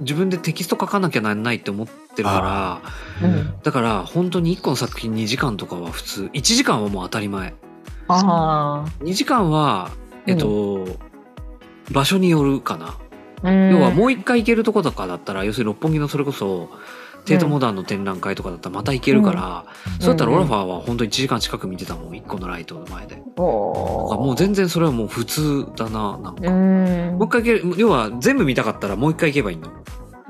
自分でテキスト書かなきゃなんないって思ってるからうんだから本当に1個の作品2時間とかは普通1時間はもう当たり前あ2時間はえっと、場所によるかなあ、うん要はもう一回行けるとことかだったら要するに六本木のそれこそテートモダンの展覧会とかだったらまた行けるから、そうやったらオラファーは本当に1時間近く見てたもん1個のライトの前でだかおらーもう全然それはもう普通だななんか、うんもう一回行ける要は全部見たかったらもう一回行けばいいの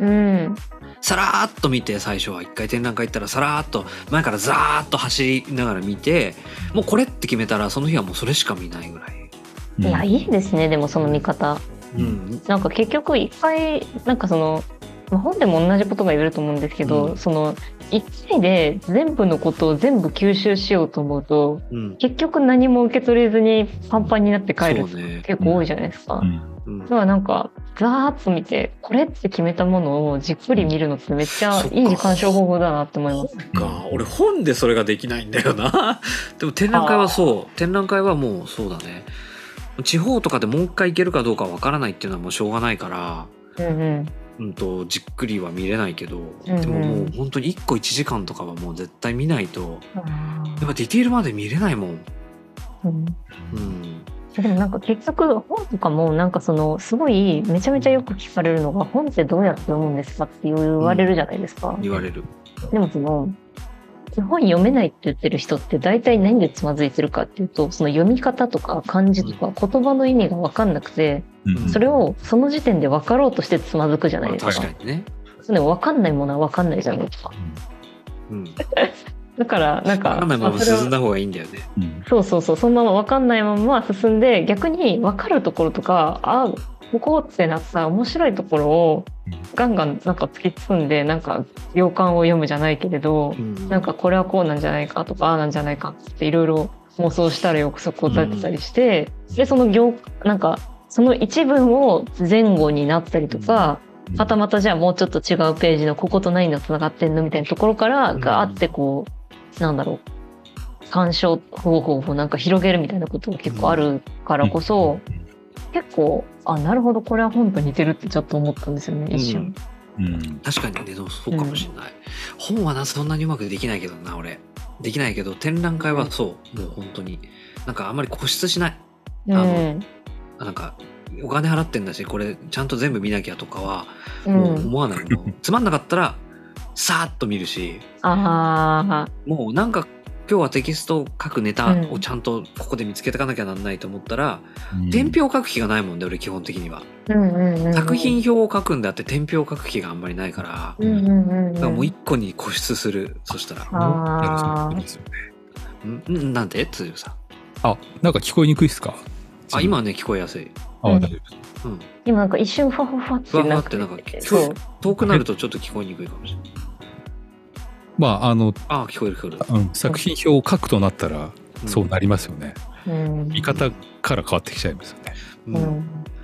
うんさらーっと見て最初は一回展覧会行ったらさらーっと前からザーッと走りながら見てもうこれって決めたらその日はもうそれしか見ないぐらい、いやいいですねでもその見方うん、なんか結局一回なんかそのまあ本でも同じことが言えると思うんですけど、うんその一回で全部のことを全部吸収しようと思うとうん、結局何も受け取れずにパンパンになって帰るそうね結構多いじゃないですか。うんうんだからなんかザーッと見てこれって決めたものをじっくり見るのってめっちゃいい鑑賞方法だなって思います。か俺本でそれができないんだよな でも展覧会はそう展覧会はもうそうだね地方とかでもう一回行けるかどうかわからないっていうのはもうしょうがないから、うんうんうん、とじっくりは見れないけど、うんでももう本当に1個1時間とかはもう絶対見ないとやっあぱディテールまで見れないもん、ーうんうん、でもなんか結局本とかもなんかそのすごいめちゃめちゃよく聞かれるのが本ってどうやって読むんですかって言われるじゃないですか。言われるでもその基本読めないって言ってる人って大体何でつまずいてるかっていうとその読み方とか漢字とか言葉の意味が分かんなくてうんそれをその時点で分かろうとしてつまずくじゃなまいあです確かか。にね、その分かんないものは分かんないじゃないですか。うん、分だからなんかかんないままあそれは進んだ方がいいんだよねうんそうそうそうそのまま分かんないまま進んで逆に分かるところとかあここってなった面白いところをガンガンなんか突き進んでなんか洋館を読むじゃないけれどうんなんかこれはこうなんじゃないかとかああなんじゃないかっていろいろ妄想したり憶測を立てたりして、でその行なんかその一文を前後になったりとか、うんはたまたじゃあもうちょっと違うページのここと何がつながってんのみたいなところからうんガーってこう、なんだろう鑑賞方法をなんか広げるみたいなことが結構あるからこそ、結構あなるほどこれは本と似てるってちょっと思ったんですよね一瞬。うん確かにねでもそうかもしれない、本はなそんなにうまくできないけどな俺できないけど展覧会はそう、もう本当になんかあんまり固執しないうんああなんかお金払ってんだしこれちゃんと全部見なきゃとかはうんもう思わない、 もうつまんなかったらさーっと見るしあもうなんか今日はテキストを書くネタうんをちゃんとここで見つけていかなきゃなんないと思ったら、うん天平を書く気がないもんで俺基本的には、ーうんうんうん作品表を書くんであって天平を書く気があんまりないから、うんうんうんうんだからもう一個に固執するそしたらあー「んんなんで?」通常さんあなんか聞こえにくいですかあ今はね聞こえやすい、あ大丈夫ですうん、今なんか一瞬ファファファってふわふわなってなんかくて距そう離遠くなるとちょっと聞こえにくいかもしれないまああの、ああ聞こえる聞こえるうん作品表を書くとなったらんそうなりますよね、うん見方から変わってきちゃいますよねうん、うんう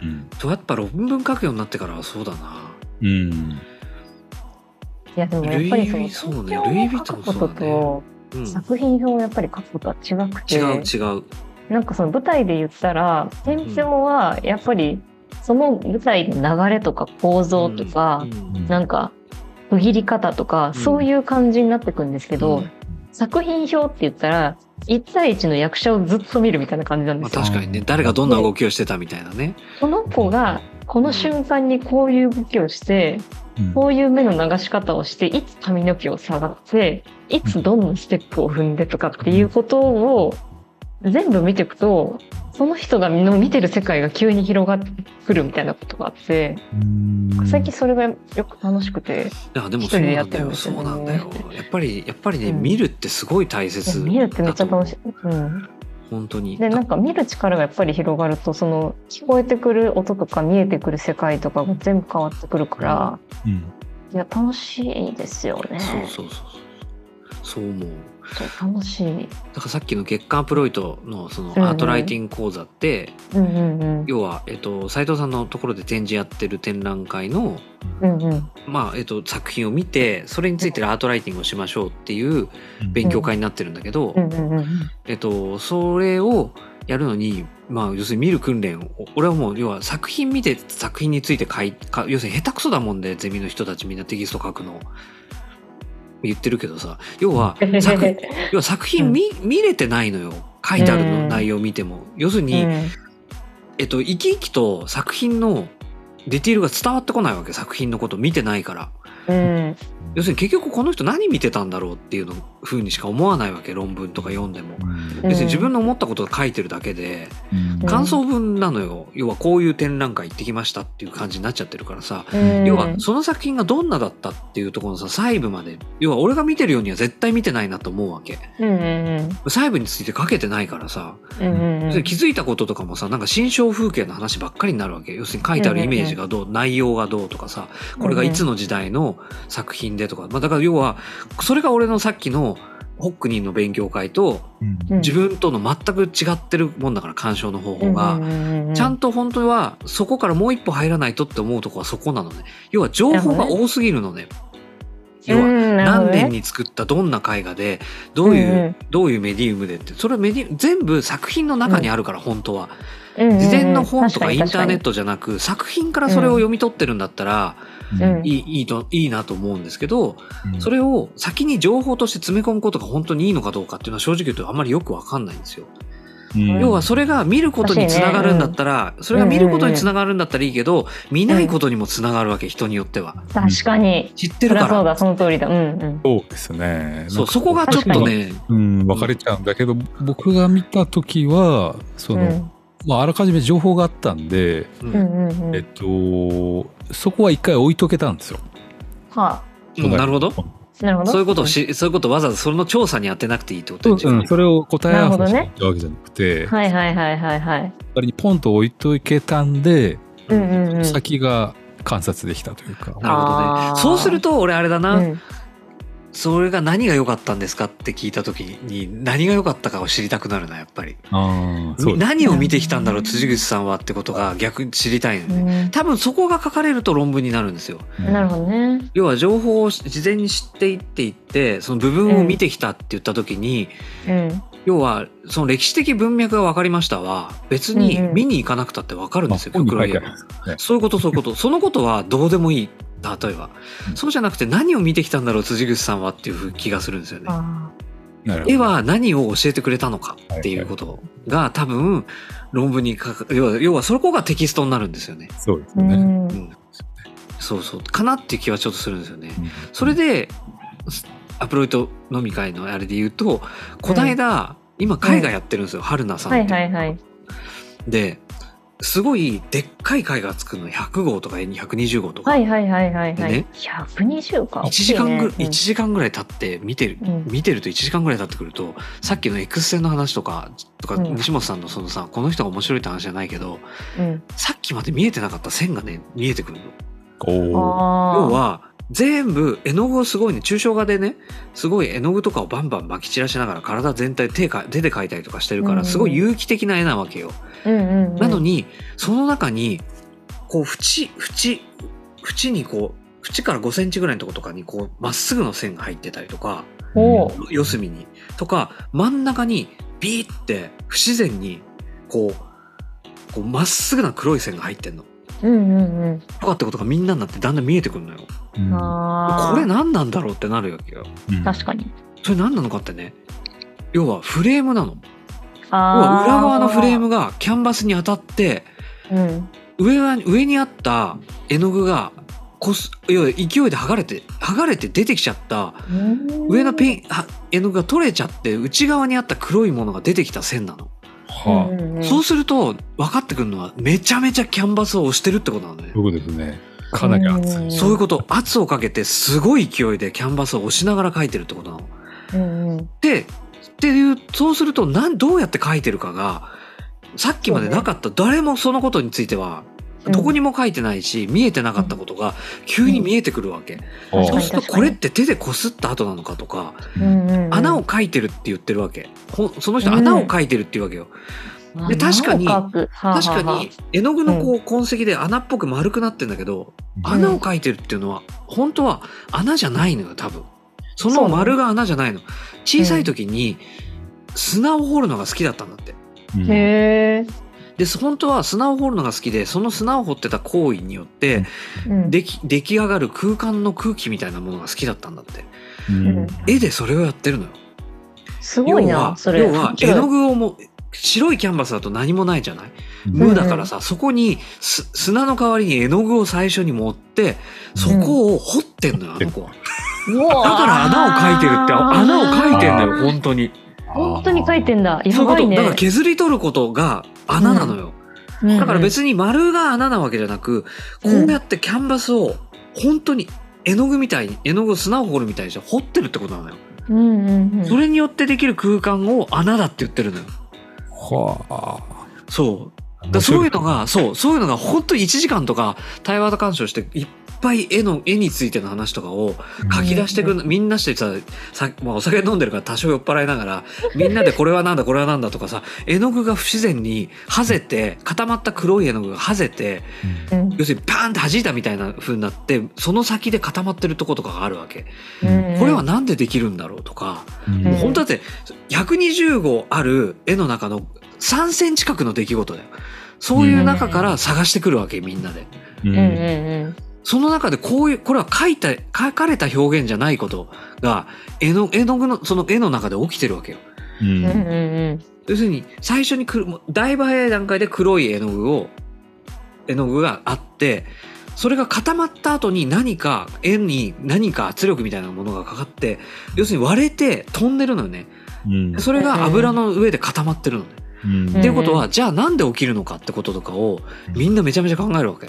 ん、そうやっぱ論文書くようになってからはそうだなうんいやでもやっぱりそルイのそうね作品表を書くことルイヴィトンそとうん違作品表をやっぱり書くことは違くてう違うなんかその舞台で言ったら天表はやっぱりその舞台の流れとか構造とかうんうんうんなんか区切り方とかうんそういう感じになってくんですけうどん作品表って言ったら1対1の役者をずっと見るみたいな感じなんまであ、すよ。確かにね誰がどんな動きをしてたみたいなねこの子がこの瞬間にこういう動きをしてうんこういう目の流し方をして、いつ髪の毛を下がって、いつどんなステップを踏んでとかっていうことを全部見ていくと、その人がの見てる世界が急に広がってくるみたいなことがあって、うん最近それがよく楽しくて、いやでも一そ人うでやなっんてだるんよですそようねなんだよやっぱりやっぱりね、うん見るってすごい大切見るってめっちゃ楽しい。うん。い本当にで、なんか見る力がやっぱり広がると、その聞こえてくる音とか見えてくる世界とかが全部変わってくるから、うんいや、楽しいですよね。そうそうそうそうそう思うそう楽しい。だからさっきの月刊アプロイトのそのうんうんアートライティング講座って、うんうんうん。要は、えっと、斉藤さんのところで展示やってる展覧会の、うんうん。まあえっと、作品を見てそれについてるアートライティングをしましょうっていう勉強会になってるんだけど、うんうんうん。えっと、それをやるのに、まあ、要するに見る訓練を、俺はもう、要は作品見て作品について書い、か要するに下手くそだもんで、ゼミの人たちみんなテキスト書くの。言ってるけどさ、要は 作、要は作品見、見れてないのよ。書いてあるうのん内容見ても。要するに、うんえっと、生き生きと作品のディティールが伝わってこないわけ。作品のこと見てないから。うん要するに結局この人何見てたんだろうっていうの風にしか思わないわけ。論文とか読んでも。うん別に自分の思ったことを書いてるだけで、うん感想文なのよ。要はこういう展覧会行ってきましたっていう感じになっちゃってるからさ。うん要はその作品がどんなだったっていうところのさ、細部まで、要は俺が見てるようには絶対見てないなと思うわけ。うんうん細部について書けてないからさ、うんうんうんそれ気づいたこととかもさ、なんか心象風景の話ばっかりになるわけ。要するに書いてあるイメージがどう、内容がどうとかさ、これがいつの時代の作品でとか。まあだから要は、それが俺のさっきのホックニーの勉強会とうん自分との全く違ってるもんだから鑑賞の方法が。うんうんうんちゃんと本当はそこからもう一歩入らないとって思うとこはそこなのね。要は情報が多すぎるのね。要うはんなるほど何ね年に作ったどんな絵画でどういう、うんうんどういうメディウムでってそれメディ全部作品の中にあるから、本当はうんうんうん事前の本とかインターネッ確トじゃなく作品からそれを読み取ってるんだったら、うんいいいいといいなと思うんですけどうんそれを先に情報として詰め込むことが本当にいいのかどうかっていうのは正直言うとあんまりよくわかんないんですよ。うん要はそれが見ることにつながるんだったら、それが見ることにつながるんだったらいいけど、見ないことにもつながるわけ、人によっては。かに確かに知ってそるりかゃそら。うだその通りだうんそうですね。そう、そこなんかがちょっとね、うん、分かれちゃうんだけど、僕が見た時はそうんの、まあ、あらかじめ情報があったんで、うんうんうんうんえっと、そこは一回置いとけたんですよ。はうんなるほど。あなるほどそういうことをし、そういうことをわざわざその調査に当てなくていいってことそうですようん、ね。それを答え合わせなるほどしねに行ったわけじゃなくて、はいはいはいはいはい仮にポンと置いとけたんで、うんうんうん先が観察できたというなか、るほどあーね。そうすると、俺あれだな、うんそれが何が良かったんですかって聞いた時に、何が良かったかを知りたくなるな、やっぱり。あーそうです何を見てきたんだろう、辻口さんはってことが逆に知りたいのね。う多分そこが書かれると論文になるんですよ。んなるほどね要は情報を事前に知っていっていってその部分を見てきたって言った時に、うん要はその歴史的文脈が分かりましたは別にうんうん見に行かなくたって分かるんですよ、まあ本極論に書いて言えばあるんですよねそういうことそういうことそのことはどうでもいい例えば、うんそうじゃなくて何を見てきたんだろう辻口さんはっていう気がするんですよね。あなるほど絵は何を教えてくれたのかっていうことが多分論文に書か要は要はそこがテキストになるんですよね。そうですーうよね。んそうそうかなっていう気はちょっとするんですよね。うんそれでアプロイト飲み会のあれで言うとこないだ、今絵画やってるんですよ、春菜さんはっいて。はいはいですごいでっかい絵画作るの100号とか120号とか、はいはいはいはいはねい120か1時間ぐ大きいね1時間ぐらい経って見てる、うん見てると1時間ぐらい経ってくるとさっきの X 線の話とかとかうん西本さんのそのさこの人が面白いって話じゃないけどうんさっきまで見えてなかった線がね見えてくるの。こあ要ーは全部絵の具をすごいね抽象画でねすごい絵の具とかをバンバン撒き散らしながら体全体手か手で描いたりとかしてるかうんうらんすごい有機的な絵なわけよ。うんうんうんなのにその中にこう縁縁縁にこう縁から5センチぐらいのとことかにこうまっすぐの線が入ってたりとかおー四隅にとか真ん中にビーって不自然にこうこうまっすぐな黒い線が入ってんの。うんうんとかってことがみんなになってだんだん見えてくるのよ。うううんんあこれー何なんだろうってなるわけよ。うん確かにそれ何なのかってね要はフレームなの要あはー裏側のフレームがキャンバスに当たってうん上は上にあった絵の具がこす要は勢いで剥がれて剥がれて出てきちゃった上のペンは絵の具が取れちゃって内側にあった黒いものが出てきた線なの、はあうんうんうんそうすると分かってくるのはめちゃめちゃキャンバスを押してるってことなのね、そうですね。かなり熱うんい。そういうこと圧をかけてすごい勢いでキャンバスを押しながら描いてるってことなのうんうんでっていうそうするとなんどうやって書いてるかがさっきまでなかった、誰もそのことについてはうんどこにも書いてないし、見えてなかったことが急に見えてくるわけ、はあ確そうかするとこれって手でこすった後なのかとか、うんうんうん穴を書いてるって言ってるわけほその人うん穴を書いてるっていうわけよ、で確かに穴を描くはあ確はあかはあに絵の具のこう痕跡で穴っぽく丸くなってんだけど、うん穴を書いてるっていうのは本当は穴じゃないのよ多分そそうのなの丸が穴じゃないの小さい時に砂を掘るのが好きだったんだってうんへえ。で本当は砂を掘るのが好きでその砂を掘ってた行為によってうんでき出来上がる空間の空気みたいなものが好きだったんだってうん絵でそれをやってるのよす要ごいなはそれ。要は絵の具をも白いキャンバスだと何もないじゃない無だからさそこにす砂の代わりに絵の具を最初に持ってそこを掘ってんのよあの子はだから穴を描いてるって穴を描いてんのよ本当に本当に書いてる。んだ。そやういうこばいとねだか。ら削り取ることが穴なのよ、だから別に丸が穴なわけじゃなく、うんこうやってキャンバスを本当に絵の具みたいに絵の具を砂を掘るみたいにして掘ってるってことなのよ、うんうんうん。それによってできる空間を穴だって言ってるのよはそうあ。だからそういうとのがそうそういうのが本当に1時間とか対話と鑑賞していっぱい絵の絵についての話とかを書き出してく、みんなしてささ、まあ、お酒飲んでるから多少酔っ払いながらみんなでこれはなんだこれはなんだとかさ絵の具が不自然にはぜて固まった黒い絵の具がはぜてうん要するにバーンって弾いたみたいな風になってその先で固まってるとことかがあるわけうんうんこれはなんでできるんだろうとか、うん本当だって120号ある絵の中の3センチ角の出来事だよそういう中から探してくるわけみんなでうんうんうんうん。その中でこういうこれは書いた書かれた表現じゃないことが絵の絵の具のその絵の中で起きてるわけようんうんうん要するに最初にくるもうだいぶ早い段階で黒い絵の具を絵の具があってそれが固まった後に何か絵に何か圧力みたいなものがかかって要するに割れて飛んでるのよねうんそれが油の上で固まってるのね、うんっていうことはじゃあなんで起きるのかってこととかをみんなめちゃめちゃ考えるわけ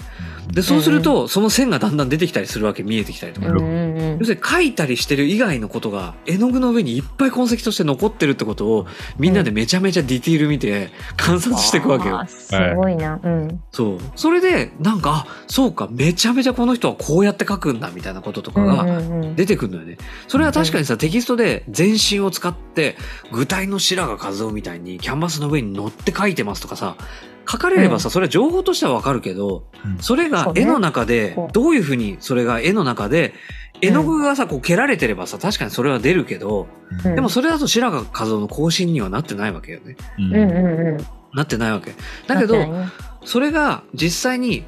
でそうするとその線がだんだん出てきたりするわけ見えてきたりとか、うんうんうん要するに書いたりしてる以外のことが絵の具の上にいっぱい痕跡として残ってるってことをみんなでめちゃめちゃディティール見て観察していくわけよ、あーすごいな。うん。そうそれでなんかあそうかめちゃめちゃこの人はこうやって書くんだみたいなこととかが出てくるのよねそれは確かにさテキストで全身を使って具体の白髪和夫みたいにキャンバスの上に乗って書いてますとかさ書かれればさそれは情報としてはわかるけどうんそれそがうね絵の中でこうどういうふうにそれが絵の中で絵の具がさこう蹴られてればさ確かにそれは出るけどででも、それだと白髪和夫の更新にはなってないわけよねうんうんうん。なってないわけだけど確かにねそれが実際に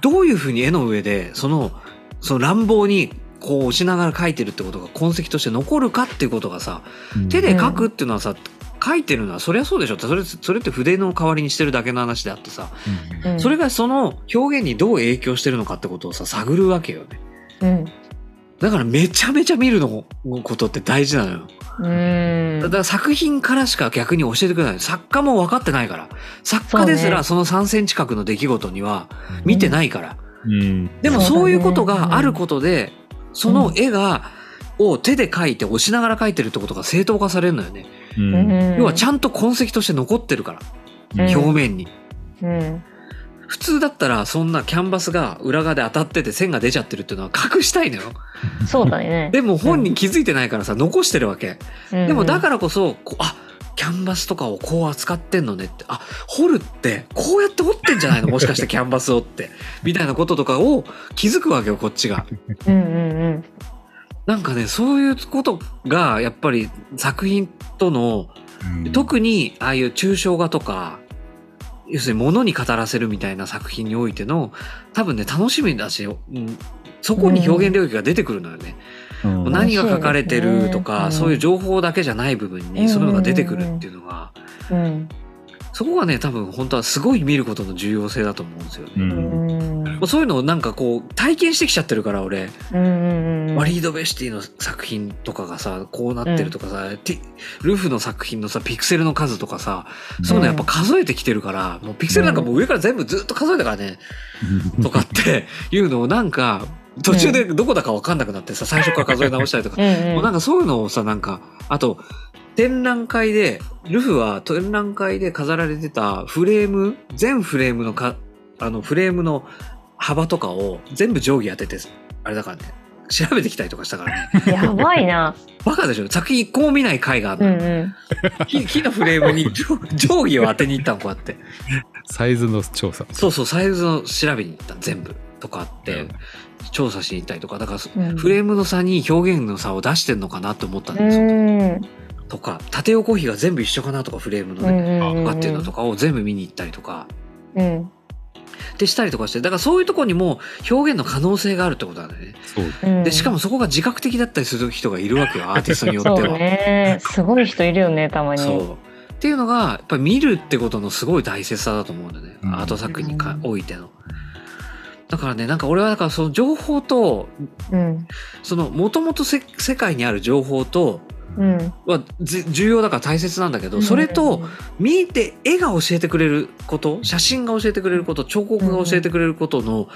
どういうふうに絵の上でそのその乱暴にこう押しながら描いてるってことが痕跡として残るかっていうことがさ手で描くっていうのはさ描いてるのはそりゃそうでしょってそれそれって筆の代わりにしてるだけの話であってさうんそれがその表現にどう影響してるのかってことをさ探るわけよねうん。だからめちゃめちゃ見るのことって大事なのようんだから作品からしか逆に教えてくれない作家も分かってないから作家ですらその3センチ角の出来事には見てないから、うんでもそうだねそういうことがあることで、その絵が、を手で描いて押しながら描いてるってことが正当化されるのよね。うん要はちゃんと痕跡として残ってるから、うん表面に。うん普通だったらそんなキャンバスが裏側で当たってて線が出ちゃってるっていうのは隠したいのよ。そうだね。でも本人気づいてないからさ、残してるわけ。ででもだら、からこそ、こうあキャンバスとかをこう扱ってんのねって、あ、掘るってこうやって掘ってんじゃないのもしかしてキャンバスをって。みたいなこととかを気づくわけよ、こっちが。うんうんなんかね、そういうことが、やっぱり作品との、特にああいう抽象画とか、要するに物に語らせるみたいな作品においての、多分ね、楽しみだし、うんそこに表現領域が出てくるのよね。うん何が書かれてるとうか、んそういう情報だけじゃない部分うんにそういうのが出てくるっていうのが、うんそこがね、多分本当はすごい見ることの重要性だと思うんですよね。うもんうんうそういうのをなんかこう、体験してきちゃってるから、俺。うんうんマリード・ベシティの作品とかがさこうなってるとかさ、ティルフの作品のさピクセルの数とかさそういうのやっぱ数えてきてるから、もうピクセルなんかもう上から全部ずっと数えたからね、とか っていうのをなんか途中でどこだか分かんなくなってさ最初から数え直したりとか、うん もうなんかかそういうのをさなんかあと展覧会でルフは展覧会で飾られてたフレーム全フレームのかあのフレームの幅とかを全部定規当ててあれだからね調べてきたりとかしたからねやばいな。バカでしょ作品一個も見ない回があうるの、んうん木木のフレーム に定定規を当てに行ったのこうやってサイズの調査。そうそうサイズの調べに行ったの全部とかあって調査しに行ったりとかだからそうん。フレームの差に表現の差を出してんのかなと思ったんうですよん。ととか縦横比が全部一緒かなとかフレームのうね、んうんうんとかっていうのとかを全部見に行ったりとかうんってしたりとかしてだからそういうとこにも表現の可能性があるってことなんだよね。そううんでしかもそこが自覚的だったりする人がいるわけよアーティストによってそは。うねすごい人いるよねたまにそうっていうのがやっぱり見るってことのすごい大切さだと思うんだよね、うんアート作品にかうんおいての。だからねなんか俺はだからその情報とうんそのもともと世界にある情報とうんはず重要だから大切なんだけどそれと見て絵が教えてくれること写真が教えてくれること彫刻が教えてくれることの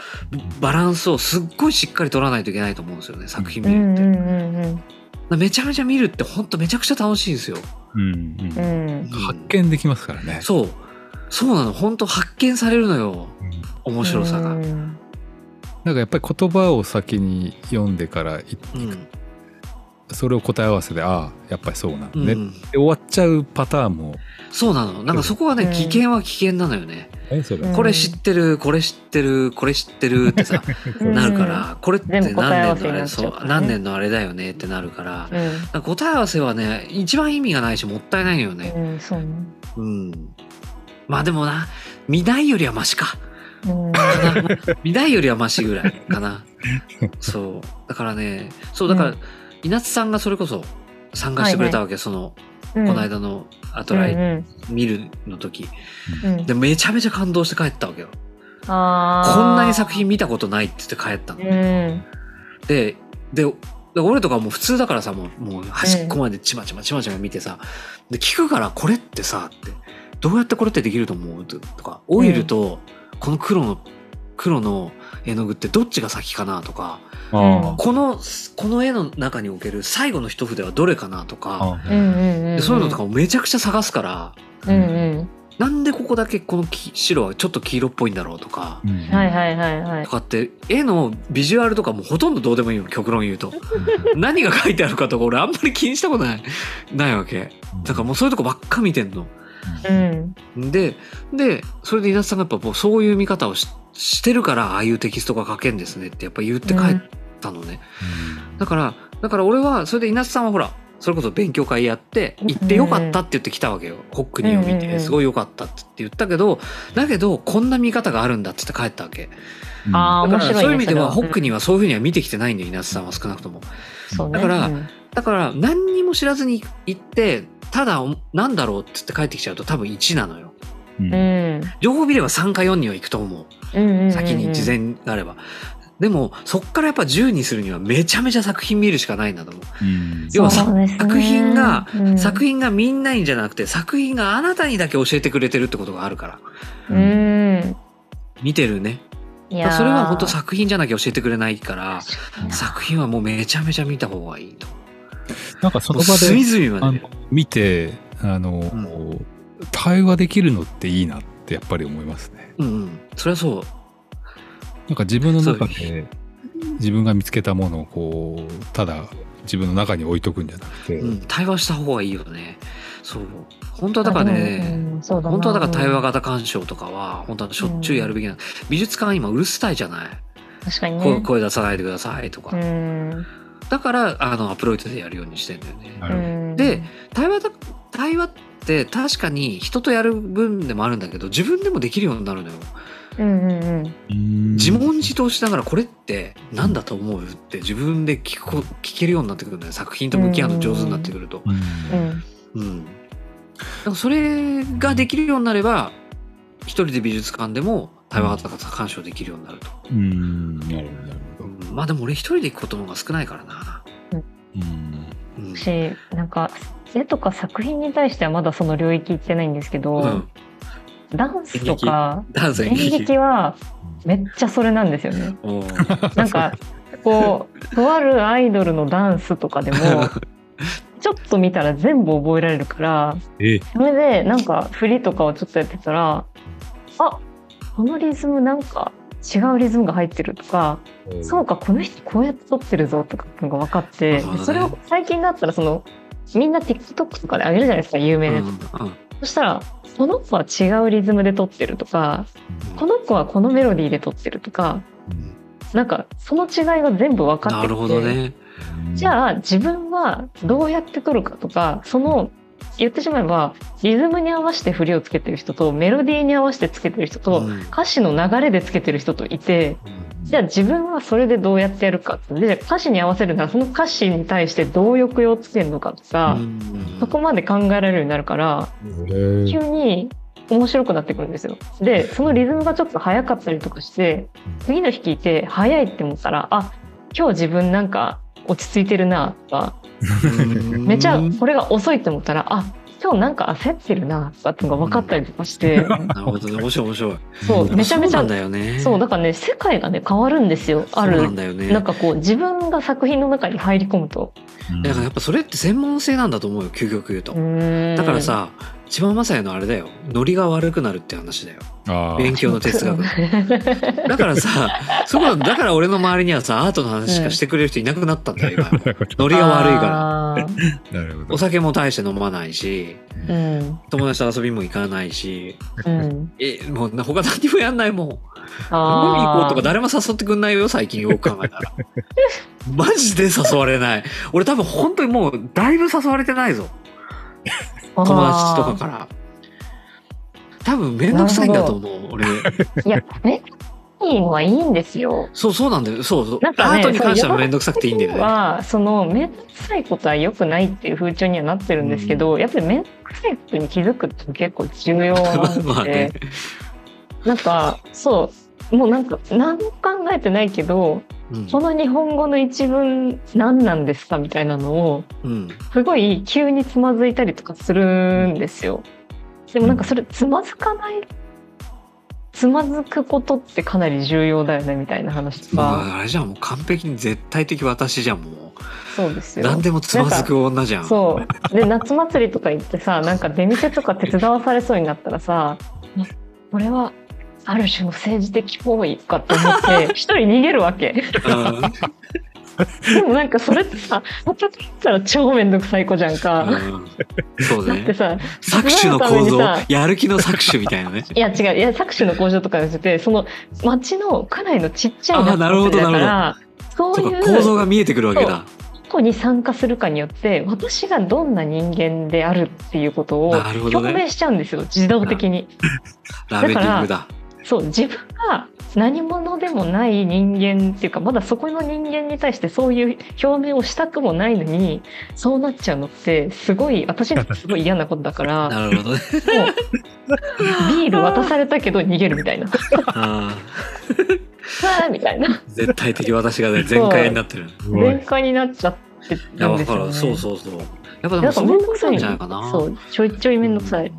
バランスをすっごいしっかり取らないといけないと思うんですよね作品う見るんって。うんうんめちゃめちゃ見るってほんとめちゃくちゃ楽しいんですよ。うんうんうんうん発見できますからね。そうそうなの本当発見されるのようん面白さが。ううんんなんかやっぱり言葉を先に読んでからいそれを答え合わせでああやっぱりそうなんうんね、で終わっちゃうパターンもそうなのなんかそこはねうん危険は危険なのよね。えそれうんこれ知ってるこれ知ってるこれ知ってるってさうんなるからこれって何全年部の答え合あわせになれっちそゃううからね何年のあれだよねってなるからうんなんか答え合わせはね一番意味がないしもったいないよね。うんそうねうんまあでもな見ないよりはマシか。うんかな見ないよりはマシぐらいかなそうだからねそうだから、うん稲津さんがそれこそ参加してくれたわけ、そのここの間のアトライうん見るの時、うんうんでめちゃめちゃ感動して帰ったわけよあーこんなに作品見たことないって言って帰ったの、うんででで俺とかもう普通だからさもうもう端っこまでちまちまちまちま見てさで聞くからこれってさってどうやってこれってできると思うとかオイルとこの黒の黒の絵の具ってどっちが先かなとかあこのこの絵の中における最後の一筆はどれかなとか、あうあんうんうんうんそういうのとかもめちゃくちゃ探すからうんうんなんでここだけこのき白はちょっと黄色っぽいんだろうとか。うんはいはいはいはいとかって絵のビジュアルとかもうほとんどどうでもいいの極論言うと何が書いてあるかとか俺あんまり気にしたことないないわけだからもうそういうとこばっか見てんのうんででそれで稲田さんがやっぱもうそういう見方をししてるからああいうテキストが書けんですねってやっぱ言って帰ったのね、だから、だから俺は、それで稲津さんはほら、それこそ勉強会やって、行ってよかったって言ってきたわけよ。ホックニーを見うんうんうて、んすごいよかったって言ったけど、だけど、こんな見方があるんだって言って帰ったわけ。あだかあ面ら、白いねそういう意味では、ホそれックニーはそういうふうには見てきてないんだよ、稲津さんは少なくとも。そうねだからうんだから、何にも知らずに行って、ただ、なんだろうって言って帰ってきちゃうと多分1なのよ。うんうん情報見れば3か4には行くと思うんうんうんうう。ん先に、事前があれば。でも、そっからやっぱ10にするにはめちゃめちゃ作品見るしかないんだと思う。うん要はそうですね作品がうん作品がみんなにじゃなくて作品があなたにだけ教えてくれてるってことがあるからうん見てるねいやーそれは本当作品じゃなきゃ教えてくれないからかに作品はもうめちゃめちゃ見た方がいいとなんかその場で隅々まあでの見てあの、ん対話できるのっていいなってやっぱり思いますね。うんうんそれはそうなんか自分のそ中うで自分が見つけたものをこうただ自分の中に置いとくんじゃなくて、うん対話した方がいいよねそう本当はだからあねでもうんそうだな本当はだから対話型鑑賞とかは本当はしょっちゅうやるべきなの美術館今うるさいじゃない確かに声ね声出さないでくださいとかうんだからあのアプロイトでやるようにしてんだよねなうるほどんで対話だ対話って確かに人とやる分でもあるんだけど自分でもできるようになるのようんうんうんうん自問自答しながらこれって何だと思うって自分で聞こ聞けるようになってくるんだよ作品と向き合うの上手になってくるとうんううんんだからそれができるようになれば一人で美術館でも対話型鑑賞できるようになると、うんなるほどなるほうどんまあでも俺一人で行くことの方が少ないからな、うんうんしなんか絵とか作品に対してはまだその領域行ってないんですけど、うん、ダンスとかダンス演演劇劇はめっちゃそれなんですよね。おうなんかこうとあるアイドルのダンスとか でもちょっと見たら全部覚えられるからえそれでなんか振りとかをちょっとやってたらあこのリズムなんか違うリズムが入ってるとかそうかこの人こうやって撮ってるぞとかっていうのが分かってなるほどねそれを最近だったらそのみんな TikTok とかで上げるじゃないですか有名うんなうやんつ、うんそしたらこの子は違うリズムで撮ってるとかこの子はこのメロディーで撮ってるとかなんかその違いが全部分かっなてきてるほどねじあゃあ自分はどうやって撮るかとかその言ってしまえばリズムに合わせて振りをつけてる人とメロディーに合わせてつけてる人と、うん歌詞の流れでつけてる人といてじゃあ自分はそれでどうやってやるかってでじゃあ歌詞に合わせるならその歌詞に対してどう抑揚をつけるのかとか、そこまで考えられるようになるから急に面白くなってくるんですよ。でそのリズムがちょっと速かったりとかして次の日聞いて速いって思ったらあ今日自分なんか落ち着いてるなとかめちゃこれが遅いって思ったらあ今日なんか焦ってるなとかっていうのが分かったりとかして、 なるほどね面白い面白いそうめちゃめちそうなゃんだよねそうだからね世界がね変わるんですよあそうなるんだよねなんかこう自分が作品の中に入り込むとだからやっぱそれって専門性なんだと思うよ究極言うと、だだからさ千葉雅也のあれだよノリが悪くなるって話だよあ勉強の哲 学だからさそこだから俺の周りにはさアートの話しかしてくれる人いなくなったんだよ今ノリが悪いから らあなるほおど酒も大して飲まないし うん友達と遊びも行かないしうんえもう他何もやんないもん飲みに行こあうとかー誰も誘ってくんないよ最近よく考え たらマジで誘われない俺多分本当にもうだいぶ誘われてないぞあー友達とかから多分面倒くさいんだと思う 俺いやめっちゃいいのはいいんですよそうそうなんだよそうそう、なんかアねートに関しては面倒くさくていいんだよねはその面倒くさいことは良くないっていう風潮にはなってるんですけど、やっぱり面倒くさいことに気づくって結構重要な まんあねで、なんかそうもうなんか何も考えてないけどうんこの日本語の一文何なんですかみたいなのをうんすごい急につまずいたりとかするんですよ。でもなんかそれつまずかないつまずくことってかなり重要だよねみたいな話ともうか、あれじゃんもう完璧に絶対的私じゃんもうそうですよ。何でもつまずく女じゃんそうで夏祭りとか行ってさなんか出店とか手伝わされそうになったらさあこれはある種の政治的行為とかって思って 一人逃げるわけうんでもなんかそれってさほっとったら超めんどくさい子じゃんか、うんそうだってねさ搾取の構造妻のためにさやる気の搾取みたいなねいや違ういや搾取の工場とかにしててその町の区内のちっちゃい夏祭りだかあらそうそういか構造うが見えてくるわけだ子に参加するかによって私がどんな人間であるっていうことをなるほど表ね明しちゃうんですよ自動的に。ラベリングだそう自分が何者でもない人間っていうかまだそこの人間に対してそういう表明をしたくもないのにそうなっちゃうのってすごい私にとってすごい嫌なことだか らも なるほどねうビール渡されたけど逃げるみ たいなわあーみたいなー絶対的私がね全開になってるすご全い開になっちゃっていやたんわですかよ、るね、そうそうそうやっぱでなもんかそうめいんうどことくさないんじゃないかなそうちょいちょいめんどくさい、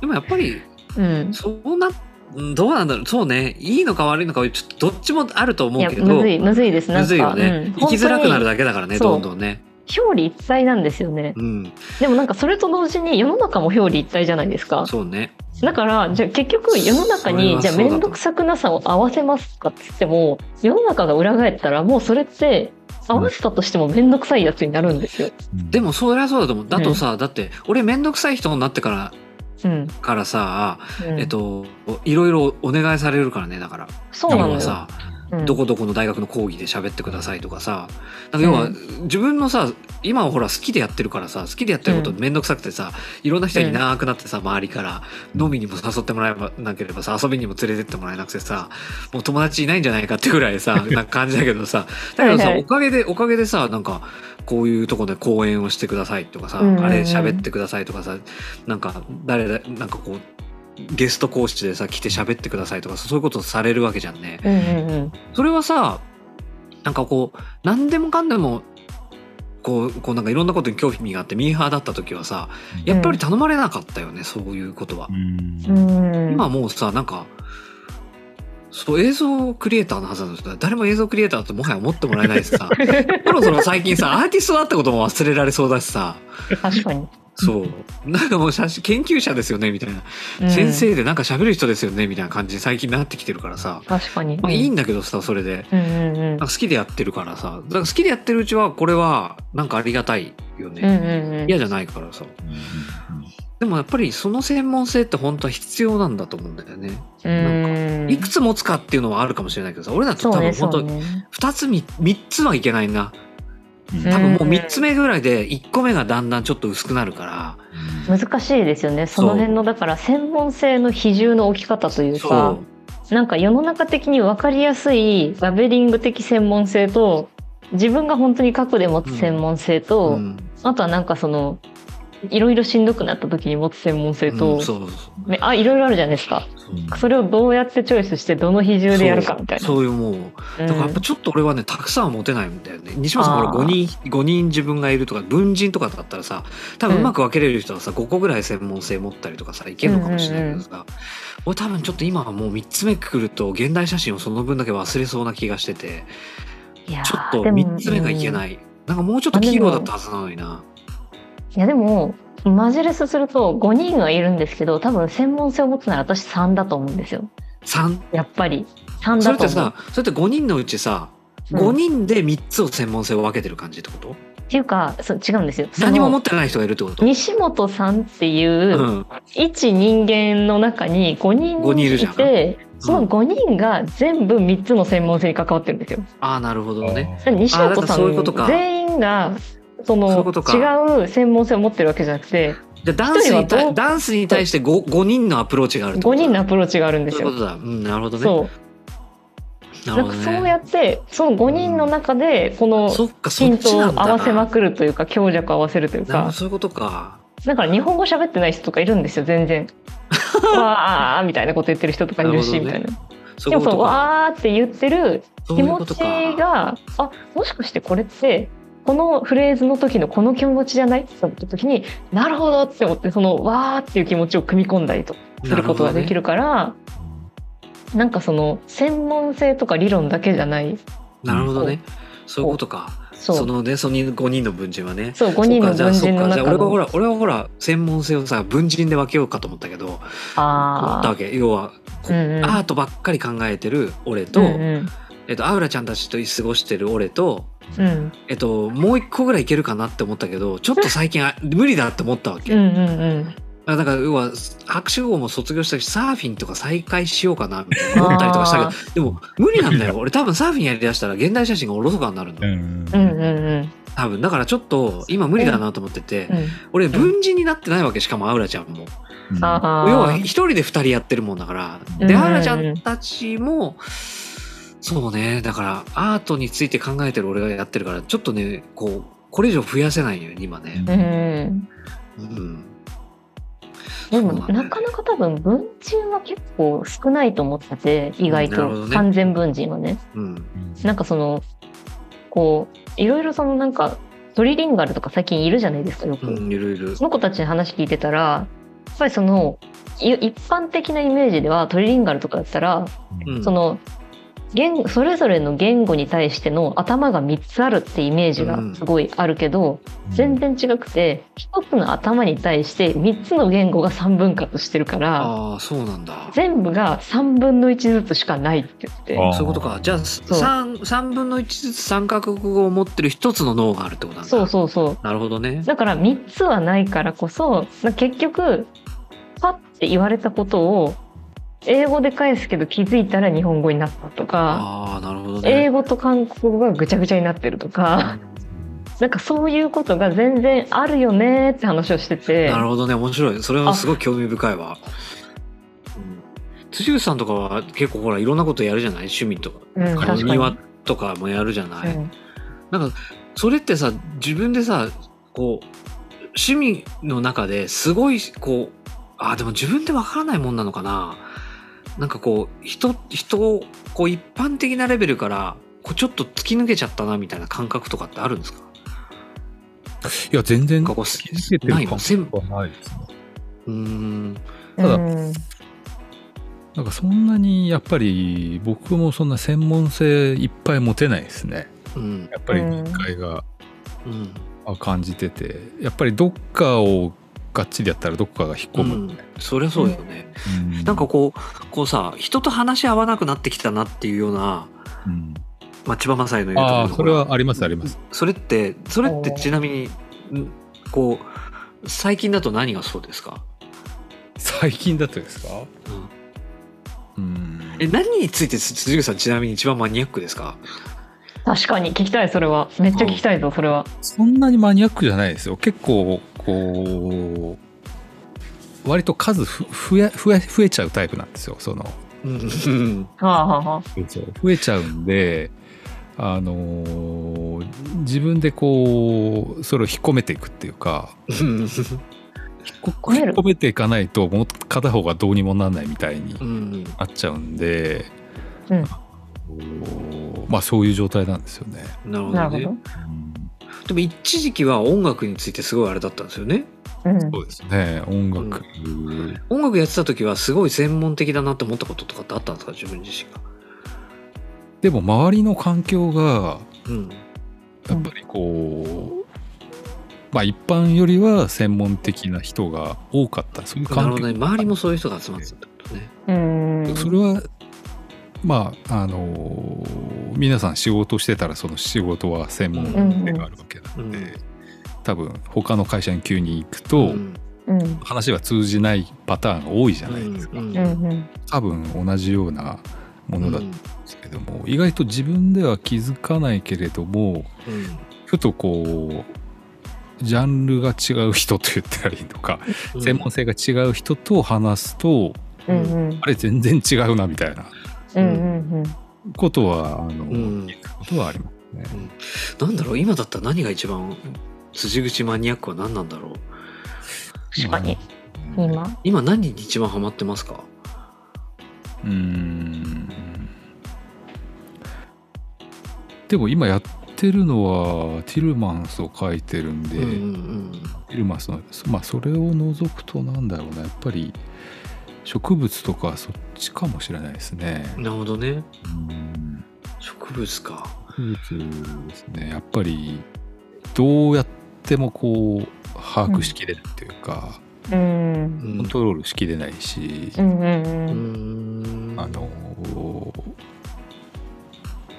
でもやっぱりうん、そうなうんどうなんだろうそうねいいのか悪いのかちょっとどっちもあると思いうやけどむずいむずいですなんかむずいようんね、生きづらくなるだけだからねそうどんどんね表裏一体なんですよねうんでもなんかそれと同時に世の中も表裏一体じゃないですかそうねだからじゃあ結局世の中それにはじゃあそうだと面倒くさくなさを合わせますかって言っても世の中が裏返ったらもうそれって合わせたとしても面倒くさいやつになるんですよ。でもそりゃそうだと思うだとさ、だって俺めんどくさい人になってからうんからさ、うんえっといろいろお願いされるからねだからそうな要のはよ。さ、うんどこどこの大学の講義で喋ってくださいとかさなんか要はう自分のさ今はほら好きでやってるからさ好きでやってることうん面倒くさくてさいろんな人いなくなってさ周りから飲みにも誘ってもらえなければさ遊びにも連れてってもらえなくてさもう友達いないんじゃないかってぐらい さなんか感じだけどさだけどはさいはいおかげでおかげでさなんかこういうとこで講演をしてくださいとかさうんうんうんあれ喋ってくださいとかさなんか誰だなんかこうゲスト講師でさ来て喋ってくださいとかそういうことされるわけじゃんね。うんうんうんそれはさなんかこう何でもかんでもこうこうなんかいろんなことに興味があってミーハーだった時はさやっぱり頼まれなかったよね、そういうことはう。んうん今もうさなんかそう映像クリエイターのはずなんですけど誰も映像クリエイターだともはや思ってもらえないし さそろそろ最近さアーティストだったことも忘れられそうだしさ確かに、そうなんかもう写真研究者ですよねみたいな、うん先生でなんか喋る人ですよねみたいな感じに最近なってきてるからさ、確かに、まあ、いいんだけどさそれで。うんうんうなんんか好きでやってるからさだから好きでやってるうちはこれはなんかありがたいようんうね、んうん嫌じゃないからさでもやっぱりその専門性って本当は必要なんだと思うんだよね、うんいくつ持つかっていうのはあるかもしれないけどさ俺だって多そう分ね本そ当うね2つみ3つはいけないなうん多分もううん3つ目ぐらいで1個目がだんだんちょっと薄くなるから、難しいですよねその辺のだから専門性の比重の置き方というかそなんか世の中的に分かりやすいラベリング的専門性と自分が本当に過去で持つ専門性うと、うんあとはなんかそのいろいろしんどくなった時に持つ専門性うと、んそうそうねあいろいろあるじゃないですかそうそれをどうやってチョイスしてどの比重でやるかみたいな。そうそういうもううんだからやっぱちょっと俺はねたくさんは持てないんだよね西村さんあーほら5人五人自分がいるとか文人とかだったらさ多分うまく分けれる人はさ5個ぐらい専門性持ったりとかさいけるのかもしれないけどさ、俺多分ちょっと今はもう3つ目くると現代写真をその分だけ忘れそうな気がしてていやーちょっとでも3つ目がいけない、なんかもうちょっとキーボーだったはずなのになうんいやでもマジレスすると5人はいるんですけど多分専門性を持つなら私3だと思うんですよ3やっぱり3そだれっとて思うさそれって5人のうちさうん5人で3つを専門性を分けてる感じってこと、っていうかそう違うんですよその何も持ってない人がいるってこと、西本さんっていう、うん、一人間の中に5人五人いるじゃんてその5人が全部3つの専門性に関わってるんですよ。ああなるほどねだから西あだか本らさそういうことかん全員がそそういのうことか違う専門性を持ってるわけじゃなくてじゃあダンスに一人はど対うダンスに対して 5, 5人のアプローチがあるってこ5と人のアプローチがあるんでそうすいうことよ。だ。うん、なるほどね。そなうるほなんどかね。そうやってその5人の中でこのそっか、ヒそっンちトをな合んだな。わせまくるというか強弱を合わせるといなうるほどかそういうことか。だから日本語喋ってない人とかいるんですよ 全然。わーみたいなこと言ってる人とかいるし、なるほみどたねいな。そうでいうもこそとか。のわーって言ってるそう気いうこ持とちか。があもしかしてこれってこのフレーズの時のこの気持ちじゃないって思った時になるほどって思ってそのわーっていう気持ちを組み込んだりとすることができるからなんかその専門性とか理論だけじゃないなるほどね。そういうことか。そそうのね、その5人の文人はね。そう5人そうかの文人のじゃあそうかじゃあ俺中はほのら、俺はほら、専門性をさ、文人で分けようかと思ったけど、思ったあわけ。要は、こううんうんアートばっかり考えてる俺ーと、うんうんえっと、アウラちゃんたちと過ごしてる俺と、うんえっと、もう一個ぐらいいけるかなって思ったけど、ちょっと最近あ無理だって思ったわけ。うんうんうんあだから要は博士号も卒業したしサーフィンとか再開しようかなみたいな思ったりとかしたけどあでも無理なんだよ俺多分サーフィンやりだしたら現代写真がおろそかになるの、うんうんうんうん多分だからちょっと今無理だなと思ってて、うん俺文人になってないわけしかもアウラちゃんもうんあー要は一人で二人やってるもんだからうんでアウラちゃんたちもそうねだからアートについて考えてる俺がやってるからちょっとねこうこれ以上増やせないよね今ねうんうんうんそでもうなんだよなかなか多分文人は結構少ないと思ってて意外なるほどとね完全文人はねうんなんかそのこういろいろそのなんかトリリンガルとか最近いるじゃないですかよく、うんいろいろその子たちに話聞いてたらやっぱりそのい一般的なイメージではトリリンガルとかだったら、うんその言それぞれの言語に対しての頭が3つあるってイメージがすごいあるけど、全然違くて1つの頭に対して3つの言語が3分割してるから。ああそうなんだ全部が3分の1ずつしかないって言ってあそういうことか。じゃあ、う三三分の一ずつ三カ国語を持ってる一つの脳があるってことなんだ。そうそうそうなるほどね。だから3つはないからこそなんか結局パッて言われたことを英語で返すけど気づいたら日本語になったとかああ、なるほど英ね。語と韓国語がぐちゃぐちゃになってるとかなんかそういうことが全然あるよねって話をしててなるほどね。面白い。それはすごい興味深いわ。うん辻口さんとかは結構ほらいろんなことやるじゃない趣味とか。うんあの確かに庭とかもやるじゃない、うんなんかそれってさ自分でさこう趣味の中ですごいこうあーでも自分でわからないもんなのかななんかこう人人をこう一般的なレベルからこうちょっと突き抜けちゃったなみたいな感覚とかってあるんですかいや全な然んかこう突き抜けてるないの感全部覚はないですねうーんただうんなんかそんなにやっぱり僕もそんな専門性いっぱい持てないですねうんやっぱりうん限界がうん感じててやっぱりどっかをがっちりやったらどっかが引っう込む、んそりゃそうだよね、うなんかこうこうさ人と話し合わなくなってきたなっていうような、うんまあ、千葉マサイの言うところああのそれはありますありますそれってそれっておーちなみにんこう最近だと何がそうですか、最近だとですかうんうんえ何についてす辻口さんちなみに一番マニアックですか確かに聞きたいそれはめっちゃ聞きたいぞそれはそんなにマニアックじゃないですよ結構こう割と数ふ増や増や増えちゃうタイプなんですよそのうんはあはあは増えちゃうんで、あのー自分でこうそれを引っ込めていくっていうかうん引っこ込める引っ込めていかないともう片方がどうにもなんないみたいにうんなっちゃうんで、うんこうまあそういう状態なんですよね。なるあ。ほなどるほねど。でも一時期は音楽についてすごいあれだったんですよねうんそうですね音楽、音楽やってた時はすごい専門的だなって思ったこととかってあったんですか自分自身がでも周りの環境がうんやっぱりこう、まあ一般よりは専門的な人が多かったそういなうる環ほ境どね周りもそういう人が集まってたってことねうん。それはまああのー皆さん仕事してたらその仕事は専門性があるわけなんで、うんうん多分他の会社に急に行くと、んうん。話は通じないパターンが多いじゃないですか、うんうんうん。多分同じようなものだったうんんですけども、意外と自分では気づかないけれどもふとこうジャンルが違う人と言ったらいいのか、うん専門性が違う人と話すとうんうんあれ全然違うなみたいなうんうんことはあの、ん聞くことはありますね。なんだろう今だったら何が一番辻口マニアックは何なんだろう確かにううんん。今。今何に一番ハマってますかうーんでも今やってるのはティルマンスを書いてるんで、うんうんティルマンスのまあそれを除くとなんだろうなやっぱり植物とかそっちかもしれないですね。うんなるほどねうん植物か植物ですねやっぱりどうやってもこう把握しきれないというか、うんう。コんントロールしきれないしう、んうんううん。んあの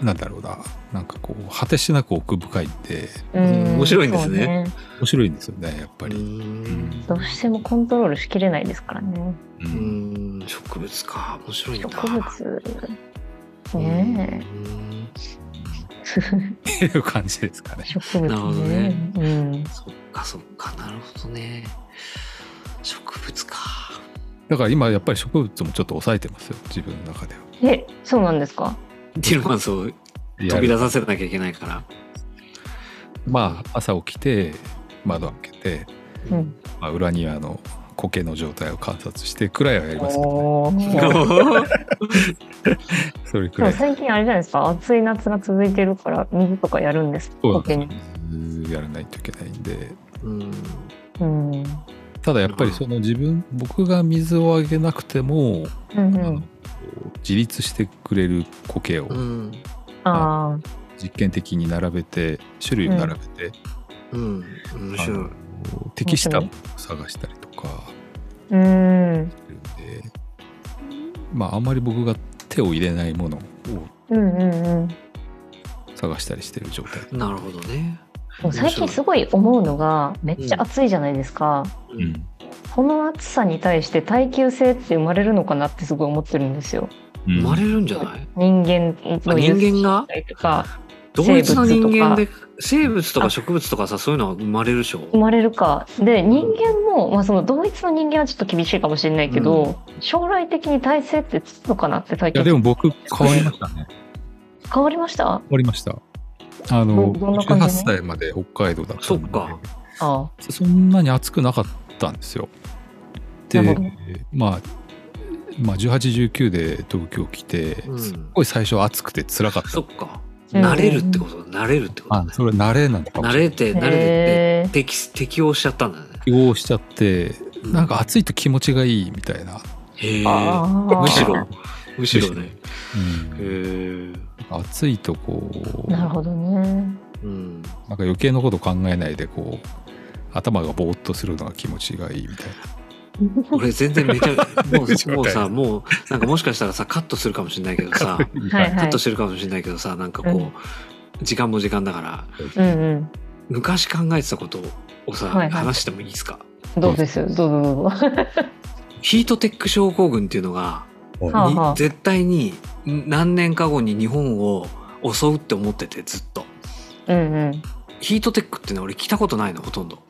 なんだろうななんかこう果てしなく奥深いんでうん面白いんですねそう面白いんですよねやっぱうり。んどうしてもコントロールしきれないですからね。ううんん植物か面白いん植だ物。ねうんえ。っていう感じですかね。植なるほど物ねね。うん。そっかそっかなるほどね植物かだから今やっぱり植物もちょっと抑えてますよ自分の中では。え、そうなんですか。ティルマンスを飛び出させなきゃいけないからまあ朝起きて窓開けて、うん。まあ、裏庭の苔の状態を観察してくらいはやりますけど、ね、おお。 それくでらもい最近あれじゃないですか。暑い夏が続いてるから水とかやるんです。そう苔なにんですやらないといけないんでうんうん。うんただやっぱりその自分僕が水をあげなくてもうあのん。自立してくれる苔をうんああ。実験的に並べて種類を並べて、うん面あ白いの適したものを探したりとかうするん。んでまああんまり僕が手を入れないものをうんうんうん。探したりしてる状態。なるほどねでも最近すごい思うのがめっちゃ暑いじゃないですか、ううんんこの暑さに対して耐久性って生まれるのかなってすごい思ってるんですよ生まれるんじゃない人間あの人間が体とか同一の人間で生物とか植物とかさそういうのは生まれるでしょ生まれるかで人間も、まあ、その同一の人間はちょっと厳しいかもしれないけど、将来的に体性ってつくのかなってい体や験でも僕変わりました ね。変わりました変わりました。あのどどんな感18じの歳まで北海道だったんでそっかあそんなに暑くなかったんですよ。でなるほどまあまあ1819で東京来て、うんすっごい最初暑くて辛かった。そっかうん慣れるってこと慣れるってことあねそれ慣れなのかも慣しれない。れて慣あれてへって適適応しちゃったんだね適応しちゃってなんか暑いと気持ちがいいみたいな、へええあむしーろむしろねうへんえ暑いとこうなるほどねうんなんか余計なこと考えないでこう頭がぼーっとするのが気持ちがいいみたいな。俺全然めちゃ もうもうさ了解もうなんかもしかしたらさカットするかもしれないけどさはいカはッいトしてるかもしれないけどさなんかこう、うん時間も時間だからうんうん昔考えてたことをさ、はいはい話してもいいですかどうですどうぞどうぞヒートテック症候群っていうのが、はあにはあ絶対にん何年か後に日本を襲うって思っててずっとうんうんヒートテックってね俺聞いたことないのほとんど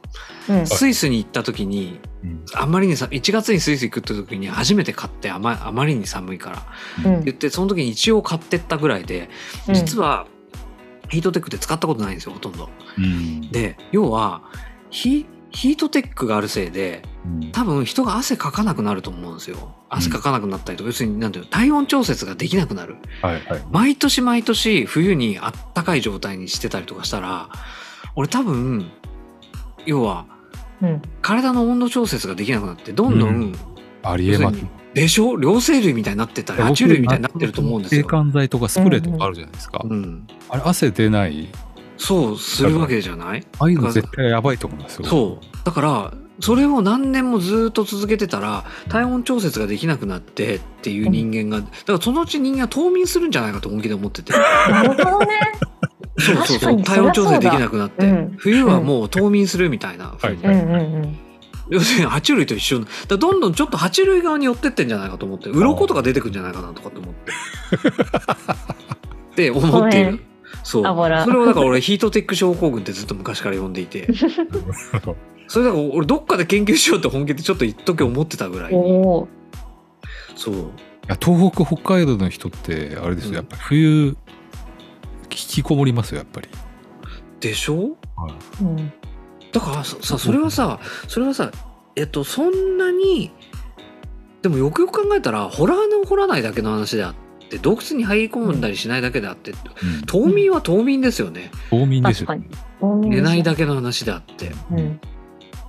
うんスイスに行った時にうんあんまりにさ1月にスイス行くって時に初めて買ってあまあまりに寒いからうん言ってその時に一応買ってったぐらいでうん実はヒートテックって使ったことないんですよほとんどうんで要はヒヒートテックがあるせいでうん多分人が汗かかなくなると思うんですよ汗かかなくなったりとか、要するになんていうの体温調節ができなくなるはいはい毎年毎年冬にあったかい状態にしてたりとかしたら俺多分要はうん体の温度調節ができなくなってどんどん、うんあり要えするますにでしょ両生類みたいになってたり爬虫類みたいになってると思うんですよ僕。制汗剤とかスプレーとかあるじゃないですか、うん、あれ汗出ないそうするわけじゃないああいうの絶対やばいと思いますよそうだからそれを何年もずっと続けてたら体温調節ができなくなってっていう人間がだからそのうち人間は冬眠するんじゃないかと本気で思っててなるほどね。そうそう 確かそうにそ体りゃ温調整できなくなって、そうだうん冬はもう冬眠するみたいな、はいうんうんうん。要するに爬虫類と一緒だからどんどんちょっと爬虫類側に寄ってってんじゃないかと思って鱗とか出てくんじゃないかなとかと思って って思っていごめんるそうあばらそれをだから俺ヒートテック症候群ってずっと昔から呼んでい てそれだから俺どっかで研究しようって本気でちょっと一時思ってたぐらいにおお。そういや東北北海道の人ってあれですよ、うんやっぱり冬引きこもりますよやっぱり、でしょうんだからささそれはさそれはさえっとそんなにでもよくよく考えたら掘ら穴を掘らないだけの話であって洞窟に入り込んだりしないだけであって冬眠は冬眠ですよね冬眠です確かよに。多めに寝ないだけの話であってうん。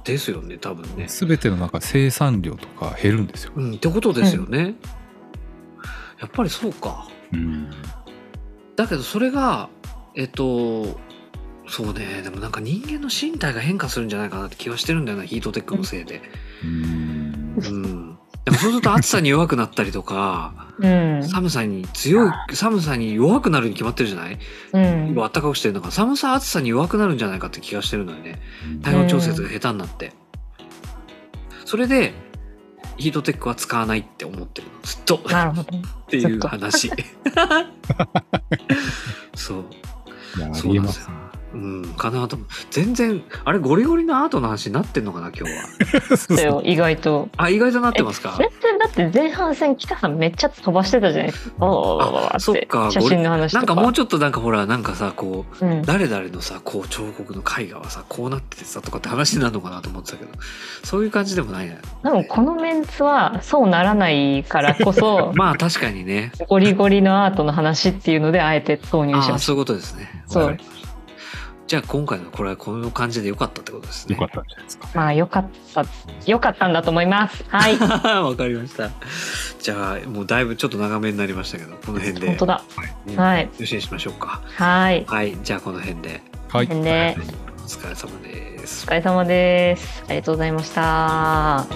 ですよね多分ね、全ての中生産量とか減るんですよ、うん、ってことですよね、やっぱりそうかだけどそれがえっとそうねでもなんか人間の身体が変化するんじゃないかなって気はしてるんだよなヒートテックのせい でうんうんでもそうすると暑さに弱くなったりとかうん。寒さに強い寒さに弱くなるに決まってるじゃないうん。今暖かくしてるのから寒さ暑さに弱くなるんじゃないかって気がしてるのよね体温調節が下手になって、それでヒートテックは使わないって思ってるのずっとなっるほど。ていずっうと話 そういやあそうりえなんまですすようんかなと思う全然あれゴリゴリのアートの話になってんのかな今日はだよ意外と。あ意外となってますか全然だって前半戦北さんめっちゃ飛ばしてたじゃないですか。おーおーおーおーそっかって写真の話となか。んかもうちょっとなんかほらなんかさこううん。誰々のさこう彫刻の絵画はさこうなっててさとかって話になるのかなと思ってたけどそういう感じでもないねでもこのメンツはそうならないからこそまあ確かにねゴリゴリのアートの話っていうのであえて投入しああまーしそういうことですねそうわかりましたじゃあ今回のこれはこの感じで良かったってことですね よかったんじゃないですかた。まあよかったよかったんだと思います。はい。た わかりましたじゃあもうだいぶちょっと長めになりましたけどこの辺で本当だ。うんはいよしにしましょうかはい。はいじゃあこの辺ではいねお疲れ様ですお疲れ様です。ありがとうございました。